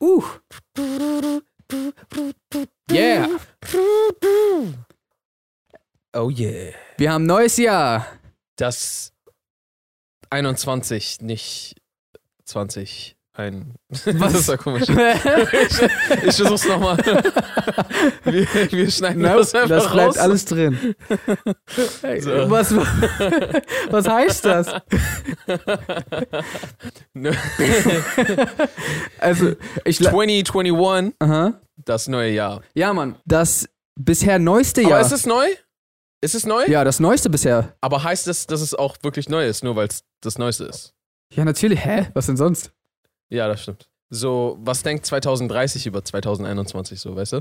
Uh. Yeah. Oh yeah. Wir haben neues Jahr. Das 21, nicht 20. Ein. Was? Das ist ja komisch. Ich versuch's nochmal. Wir, wir schneiden Na, das einfach das bleibt raus. alles drin. So. Was, was heißt das? Ne- Also, ich. la- 2021, Aha. das neue Jahr. Ja, Mann. Das bisher neueste Aber Jahr. ist es neu? Ist es neu? ja, das neueste bisher. Aber heißt es, dass es auch wirklich neu ist, nur weil es das Neueste ist? Ja, natürlich. Hä? Was denn sonst? Ja, das stimmt. So, was denkt 2030 über 2021 so, weißt du?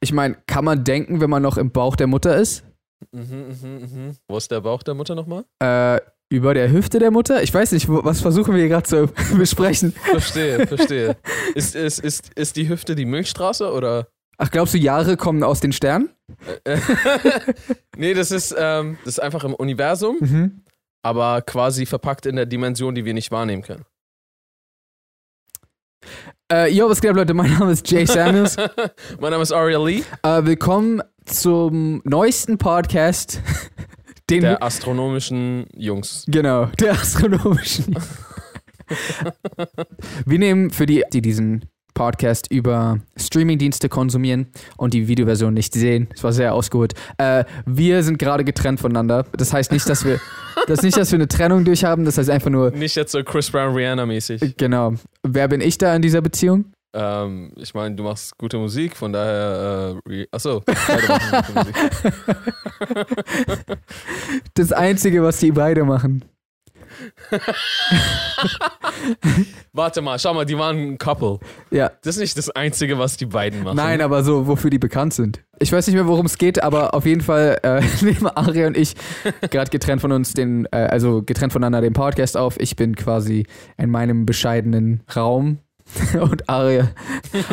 Ich meine, kann man denken, wenn man noch im Bauch der Mutter ist? Mhm, mhm, mhm. Wo ist der Bauch der Mutter nochmal? Äh, über der Hüfte der Mutter? Ich weiß nicht, wo, was versuchen wir hier gerade zu besprechen. Verstehe, verstehe. Ist, ist, ist, ist die Hüfte die Milchstraße oder? Ach, glaubst du, Jahre kommen aus den Sternen? Nee, das ist, ähm, das ist einfach im Universum, Mhm. aber quasi verpackt in der Dimension, die wir nicht wahrnehmen können. Äh, yo, was geht ab, Leute? Mein Name ist Jay Samuels. mein Name ist Aria Lee, äh, willkommen zum neuesten Podcast. Den der astronomischen Jungs. Genau, der astronomischen. Wir nehmen für die, die diesen Podcast über Streamingdienste konsumieren und die Videoversion nicht sehen. Das war sehr ausgeholt. Äh, wir sind gerade getrennt voneinander. Das heißt nicht, dass wir, das ist nicht, dass wir eine Trennung durchhaben. Das heißt einfach nur, Nicht jetzt so Chris Brown Rihanna-mäßig. genau. Wer bin ich da in dieser Beziehung? Ähm, ich meine, du machst gute Musik, von daher. Äh, Ri- achso, beide machen gute Musik. Das Einzige, was die beide machen. Warte mal, schau mal, die waren ein Couple. Ja. Das ist nicht das Einzige, was die beiden machen. Nein, aber so, wofür die bekannt sind. Ich weiß nicht mehr, worum es geht, aber auf jeden Fall äh, nehmen Aria und ich gerade getrennt von uns den, äh, also getrennt voneinander den Podcast auf. Ich bin quasi in meinem bescheidenen Raum und Aria,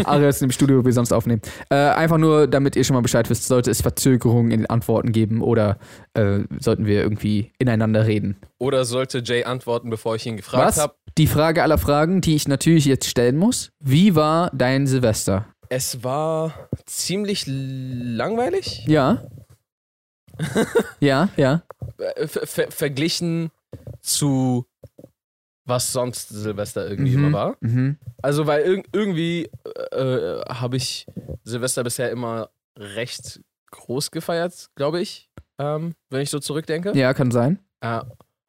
Aria ist im Studio, wo wir sonst aufnehmen. Äh, einfach nur, damit ihr schon mal Bescheid wisst, sollte es Verzögerungen in den Antworten geben oder äh, sollten wir irgendwie ineinander reden. Oder sollte Jay antworten, bevor ich ihn gefragt Was? habe? Die Frage aller Fragen, die ich natürlich jetzt stellen muss. Wie war dein Silvester? Es war ziemlich langweilig. Ja. ja, ja. Äh, ver ver verglichen zu was sonst Silvester irgendwie Mhm. immer war. Mhm. Also, weil irg irgendwie äh, habe ich Silvester bisher immer recht groß gefeiert, glaube ich, ähm, wenn ich so zurückdenke. Ja, kann sein. Äh,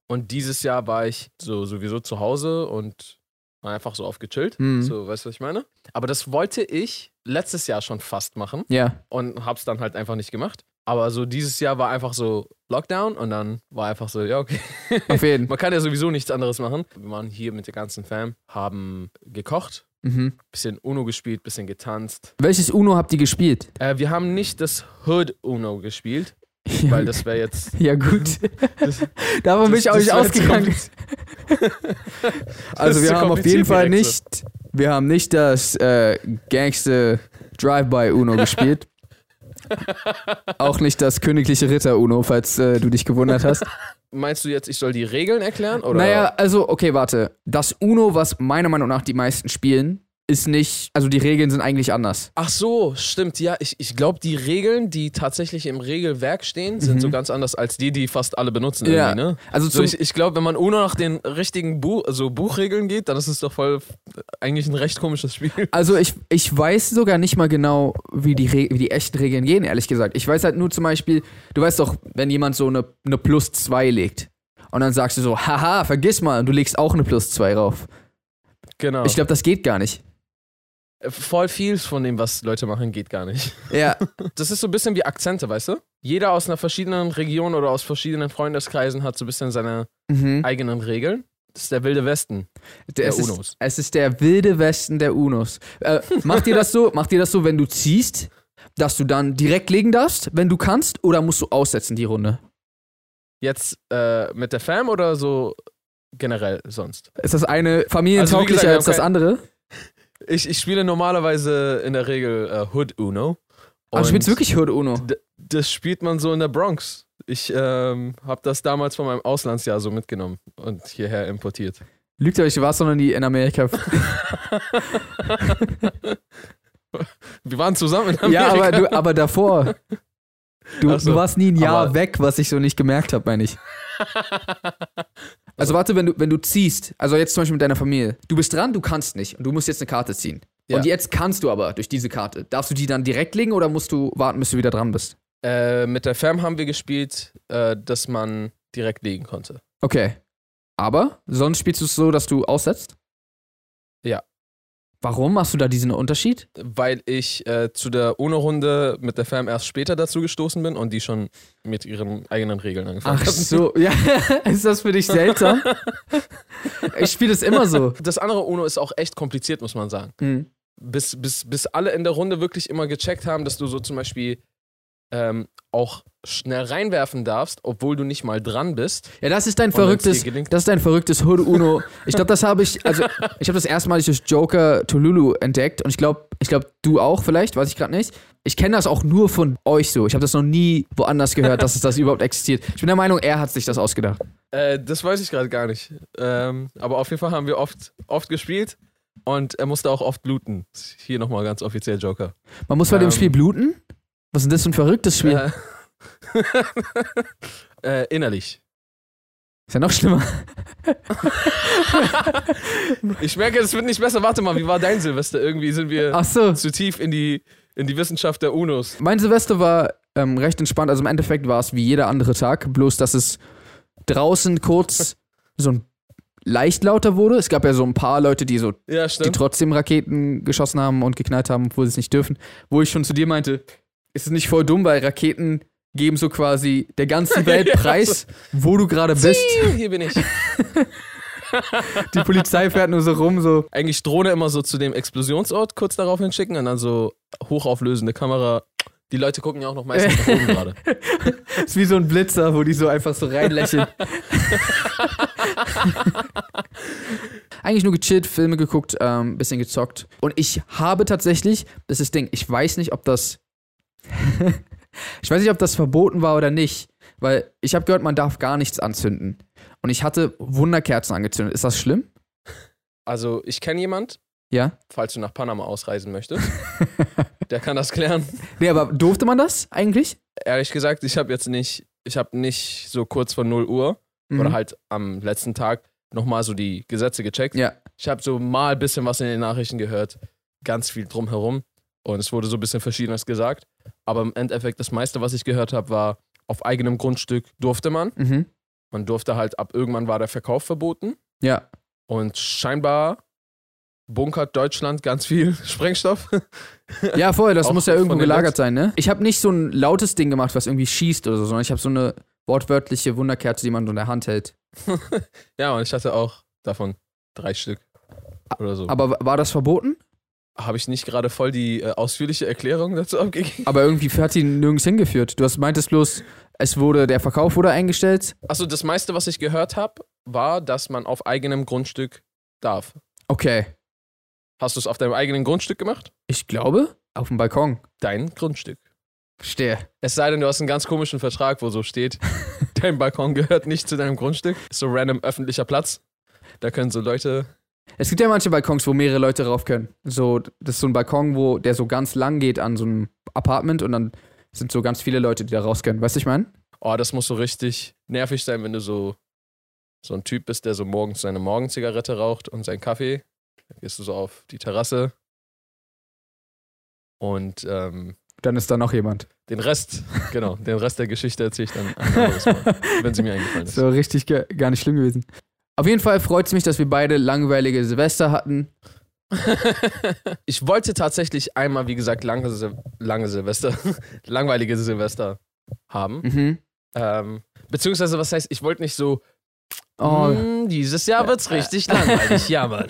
und dieses Jahr war ich so sowieso zu Hause und war einfach so aufgechillt. Mhm. So, weißt du, was ich meine? Aber das wollte ich letztes Jahr schon fast machen Ja. und hab's dann halt einfach nicht gemacht. Aber so dieses Jahr war einfach so Lockdown und dann war einfach so, ja, okay. Auf jeden Man kann ja sowieso nichts anderes machen. Wir waren hier mit der ganzen Fam, haben gekocht, mhm. bisschen Uno gespielt, bisschen getanzt. Welches Uno habt ihr gespielt? Äh, wir haben nicht das Hood Uno gespielt, weil das wäre jetzt. ja, gut. Das, Davon bin das- ich auch das nicht wär jetzt ausgegangen. kompliz- Also, ist wir zu haben auf jeden kompliziert Fall direkt nicht, wir haben nicht das äh, Gangster Drive-By Uno gespielt. auch nicht das königliche Ritter Uno, falls äh, du dich gewundert hast. Meinst du jetzt, ich soll die Regeln erklären? Oder? Naja, also, okay, warte. Das Uno, was meiner Meinung nach die meisten spielen, ist nicht, also die Regeln sind eigentlich anders. Ach so, stimmt, ja. Ich, ich glaube, die Regeln, die tatsächlich im Regelwerk stehen, sind so ganz anders als die, die fast alle benutzen. Mhm. Ja. Irgendwie, ne? Also So, zum, ich ich glaube, wenn man Uno nach den richtigen Bu also Buchregeln geht, dann ist es doch voll äh, eigentlich ein recht komisches Spiel. Also ich, ich weiß sogar nicht mal genau, wie die, Re wie die echten Regeln gehen, ehrlich gesagt. Ich weiß halt nur zum Beispiel, du weißt doch, wenn jemand so eine, eine Plus 2 legt und dann sagst du so, haha, vergiss mal, du legst auch eine Plus 2 rauf. Genau. Ich glaube, das geht gar nicht. voll viel von dem, was Leute machen, geht gar nicht. Ja, Das ist so ein bisschen wie Akzente, weißt du? Jeder aus einer verschiedenen Region oder aus verschiedenen Freundeskreisen hat so ein bisschen seine mhm. eigenen Regeln. Das ist der wilde Westen. Der, Der es, ist, Unos. es ist der wilde Westen der Unos. Äh, macht ihr das so, macht ihr das so, wenn du ziehst, dass du dann direkt legen darfst, wenn du kannst, oder musst du aussetzen die Runde? Jetzt äh, mit der Fam oder so generell sonst? Ist das eine familientauglicher Also wir haben als das kein- andere? Ich, ich spiele normalerweise in der Regel äh, Hood Uno. Aber Und spielst du Also wirklich Hürde Uno? d- Das spielt man so in der Bronx. Ich ähm, habe das damals von meinem Auslandsjahr so mitgenommen und hierher importiert. Lügt euch, ich war es noch nie in Amerika. Wir waren zusammen in Amerika. ja, aber, du, aber davor. Du, Ach so. du warst nie ein Jahr Aber- weg, was ich so nicht gemerkt habe, meine ich. Also warte, wenn du, wenn du ziehst, also jetzt zum Beispiel mit deiner Familie, du bist dran, du kannst nicht und du musst jetzt eine Karte ziehen. Ja. Und jetzt kannst du aber durch diese Karte. Darfst du die dann direkt legen oder musst du warten, bis du wieder dran bist? äh, mit der Fam haben wir gespielt, äh, dass man direkt legen konnte. Okay. Aber sonst spielst du es so, dass du aussetzt? Ja. Warum machst du da diesen Unterschied? Weil ich äh, zu der Ohne-Runde mit der Fam erst später dazu gestoßen bin und die schon mit ihren eigenen Regeln angefangen Ach haben. so, ja, ist das für dich seltsam? ich spiele es immer so. Das andere Uno ist auch echt kompliziert, muss man sagen. Mhm. bis, bis, bis alle in der Runde wirklich immer gecheckt haben, dass du so zum Beispiel ähm, auch schnell reinwerfen darfst, obwohl du nicht mal dran bist. Ja, das ist dein wenn's verrücktes, dir gelingt- das ist dein verrücktes Hood Uno. Ich glaube, das habe ich, also ich habe das erste Mal durch Joker Tululu entdeckt und ich glaube, ich glaube, du auch vielleicht, weiß ich gerade nicht. Ich kenne das auch nur von euch so. Ich habe das noch nie woanders gehört, dass es das überhaupt existiert. Ich bin der Meinung, er hat sich das ausgedacht. Äh, das weiß ich gerade gar nicht. Ähm, aber auf jeden Fall haben wir oft, oft gespielt und er musste auch oft bluten. Hier nochmal ganz offiziell Joker. Man muss bei dem Ähm. Spiel bluten? Was ist denn das für ein verrücktes Spiel? Äh, äh, innerlich. Ist ja noch schlimmer. Ich merke, es wird nicht besser. Warte mal, wie war dein Silvester? Irgendwie sind wir Ach so. zu tief in die, in die Wissenschaft der Unos. Mein Silvester war ähm, recht entspannt. Also im Endeffekt war es wie jeder andere Tag, bloß dass es draußen kurz so ein leicht lauter wurde. Es gab ja so ein paar Leute, die so Ja, die stimmt. trotzdem Raketen geschossen haben und geknallt haben, obwohl sie es nicht dürfen. Wo ich schon zu dir meinte, ist es nicht voll dumm, weil Raketen geben so quasi der ganzen Welt Ja, Preis, wo du gerade bist. Hier bin ich. Die Polizei fährt nur so rum, so. eigentlich Drohne immer so zu dem Explosionsort kurz darauf hinschicken und dann so hochauflösende Kamera. Die Leute gucken ja auch noch meistens nach oben gerade. Ist wie so ein Blitzer, wo die so einfach so reinlächeln. Eigentlich nur gechillt, Filme geguckt, ähm, bisschen gezockt. Und ich habe tatsächlich, das ist das Ding, ich weiß nicht, ob das. ich weiß nicht, ob das verboten war oder nicht. Weil ich habe gehört, man darf gar nichts anzünden. Und ich hatte Wunderkerzen angezündet. Ist das schlimm? Also ich kenne jemand, Ja. falls du nach Panama ausreisen möchtest, der kann das klären. Nee, aber durfte man das eigentlich? Ehrlich gesagt, ich habe jetzt nicht, ich habe nicht so kurz vor 0 Uhr Mhm. oder halt am letzten Tag nochmal so die Gesetze gecheckt. Ja. Ich habe so mal ein bisschen was in den Nachrichten gehört, ganz viel drumherum und es wurde so ein bisschen Verschiedenes gesagt. Aber im Endeffekt, das meiste, was ich gehört habe, war, auf eigenem Grundstück durfte man. Mhm. Man durfte halt ab irgendwann war der Verkauf verboten Ja. und scheinbar bunkert Deutschland ganz viel Sprengstoff. Ja, voll, das Auch muss ja irgendwo von den gelagert sein, ne? Ich habe nicht so ein lautes Ding gemacht, was irgendwie schießt oder so, sondern ich habe so eine wortwörtliche Wunderkerze, die man so in der Hand hält. ja, und ich hatte auch davon drei Stück oder so. Aber w- war das verboten? Habe ich nicht gerade voll die äh, ausführliche Erklärung dazu abgegeben? Aber irgendwie hat sie nirgends hingeführt. Du hast meintest bloß, es wurde, der Verkauf wurde eingestellt. Achso, Also, das meiste, was ich gehört habe, war, dass man auf eigenem Grundstück darf. Okay. Hast du es auf deinem eigenen Grundstück gemacht? Ich glaube, auf dem Balkon. Dein Grundstück. Verstehe. Es sei denn, du hast einen ganz komischen Vertrag, wo so steht, dein Balkon gehört nicht zu deinem Grundstück. Ist So random öffentlicher Platz. Da können so Leute Es gibt ja manche Balkons, wo mehrere Leute rauf können. So, das ist so ein Balkon, wo der so ganz lang geht an so einem Apartment und dann sind so ganz viele Leute, die da raus können. Weißt du, ich meine? Oh, das muss so richtig nervig sein, wenn du so, so ein Typ bist, der so morgens seine Morgenzigarette raucht und seinen Kaffee. Dann gehst du so auf die Terrasse und ähm, Dann ist da noch jemand. den Rest, genau, den Rest der Geschichte erzähle ich dann ein anderes Mal, wenn sie mir eingefallen ist. So richtig ge- gar nicht schlimm gewesen. Auf jeden Fall freut es mich, dass wir beide langweilige Silvester hatten. ich wollte tatsächlich einmal, wie gesagt, lange, Sil lange Silvester, langweilige Silvester haben. Mhm. Ähm, beziehungsweise, was heißt, ich wollte nicht so, Oh, "Mm, dieses Jahr wird's richtig langweilig, ja, Mann.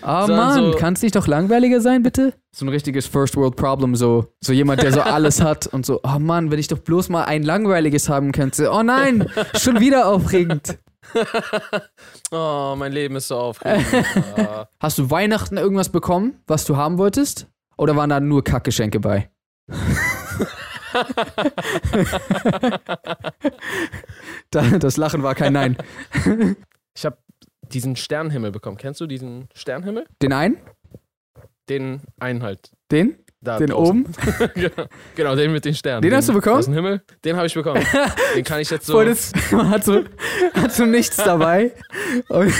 Ah, Sondern Mann, so- also kann es nicht doch langweiliger sein, bitte? So ein richtiges First World Problem, so, so jemand, der so alles hat und so, oh Mann, wenn ich doch bloß mal ein langweiliges haben könnte. Oh nein, schon wieder aufregend. Oh, mein Leben ist so aufregend. Ah. Hast du Weihnachten irgendwas bekommen, was du haben wolltest? Oder waren da nur Kackgeschenke bei? Da- Das Lachen war kein Nein. Ich habe diesen Sternenhimmel bekommen. Kennst du diesen Sternenhimmel? Den einen? Den einen halt. Den? Da Den draußen. Ah, oben? genau. genau, den mit den Sternen. Den hast du bekommen? Aus dem Himmel? Den habe ich bekommen. den kann ich jetzt so. Voll das, man hat so, hat so nichts dabei. Und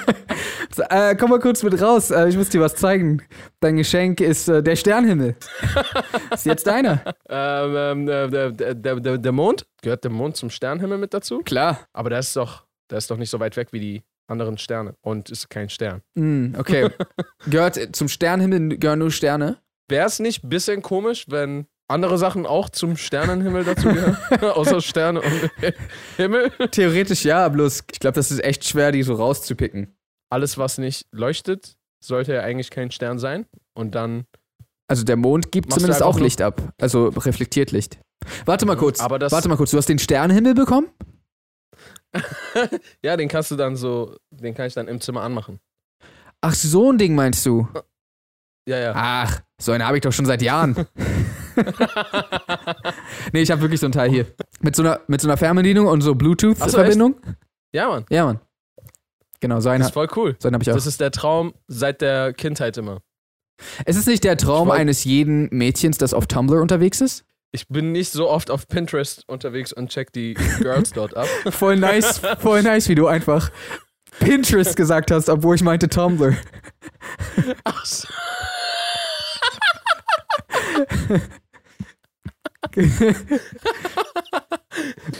so, äh, komm mal kurz mit raus, äh, ich muss dir was zeigen. Dein Geschenk ist äh, der Sternhimmel. Ist jetzt deiner. Ähm, ähm, der, der, der, der, der Mond? Gehört der Mond zum Sternenhimmel mit dazu? Klar. Aber der ist doch, der ist doch nicht so weit weg wie die anderen Sterne. Und ist kein Stern. Mm, okay. Gehört äh, zum Sternhimmel gehören nur Sterne. Wäre es nicht ein bisschen komisch, wenn andere Sachen auch zum Sternenhimmel dazu gehören? Außer Sterne und Himmel? Theoretisch ja, bloß ich glaube, das ist echt schwer, die so rauszupicken. Alles, was nicht leuchtet, sollte ja eigentlich kein Stern sein. Und dann. Also der Mond gibt Machst du zumindest einfach auch nur- Licht ab, also reflektiert Licht. Warte mal kurz. Aber das- Warte mal kurz, du hast den Sternhimmel bekommen? Ja, den kannst du dann so, den kann ich dann im Zimmer anmachen. Ach, so ein Ding meinst du? Ja, ja. Ach, so eine habe ich doch schon seit Jahren. nee, ich habe wirklich so ein Teil hier. Mit so einer, mit so einer Fernbedienung und so Bluetooth-Verbindung. Ja, Mann. ja, Mann. Genau, so einen, Das ha- ist voll cool. so einen habe ich auch. Das ist der Traum seit der Kindheit immer. es ist nicht der Traum Ich wollt- eines jeden Mädchens, das auf Tumblr unterwegs ist? Ich bin nicht so oft auf Pinterest unterwegs und check die Girls dort ab. Voll nice, voll nice, wie du einfach Pinterest gesagt hast, obwohl ich meinte Tumblr. Ach so.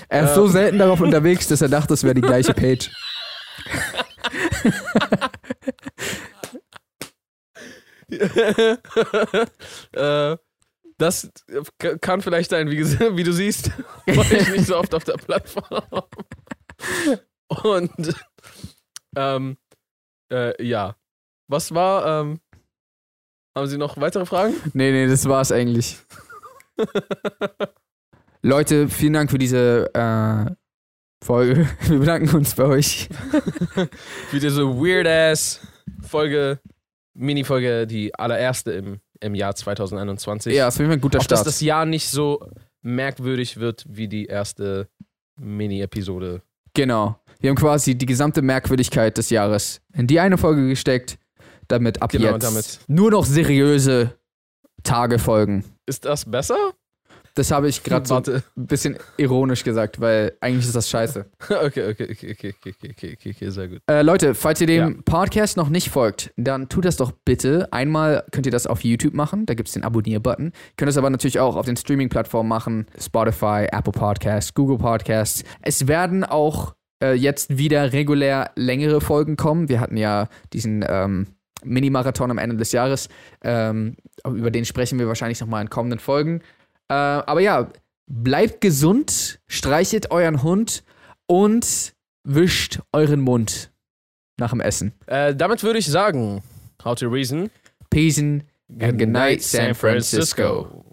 Er ist so selten darauf unterwegs, dass er dachte, es wäre die gleiche Page. äh, das k- kann vielleicht sein, wie, ges- wie du siehst, war ich nicht so oft auf der Plattform. Und ähm, äh, ja, was war? Ähm, haben Sie noch weitere Fragen? Nee, nee, das war's eigentlich. Leute, vielen Dank für diese äh, Folge. Wir bedanken uns bei euch. Für diese weird-ass Folge, Mini-Folge, die allererste im, im Jahr 2021. ja, es war ein guter Auch, dass Start. das Jahr nicht so merkwürdig wird wie die erste Mini-Episode. genau. Wir haben quasi die gesamte Merkwürdigkeit des Jahres in die eine Folge gesteckt, damit ab Genau, jetzt damit. nur noch seriöse Tage folgen. Ist das besser? Das habe ich gerade so Warte. ein bisschen ironisch gesagt, weil eigentlich ist das scheiße. Okay, okay, okay, okay, okay, okay, okay, okay, okay, sehr gut. Äh, Leute, falls ihr dem Ja. Podcast noch nicht folgt, dann tut das doch bitte. Einmal könnt ihr das auf YouTube machen, da gibt es den Abonnier-Button. Könnt es aber natürlich auch auf den Streaming-Plattformen machen: Spotify, Apple Podcasts, Google Podcasts. Es werden auch äh, jetzt wieder regulär längere Folgen kommen. Wir hatten ja diesen ähm, Mini-Marathon am Ende des Jahres. Ähm, über den sprechen wir wahrscheinlich nochmal in kommenden Folgen. Äh, aber ja, bleibt gesund, streichelt euren Hund und wischt euren Mund nach dem Essen. Äh, damit würde ich sagen, How to Reason. Peace and good night, San Francisco.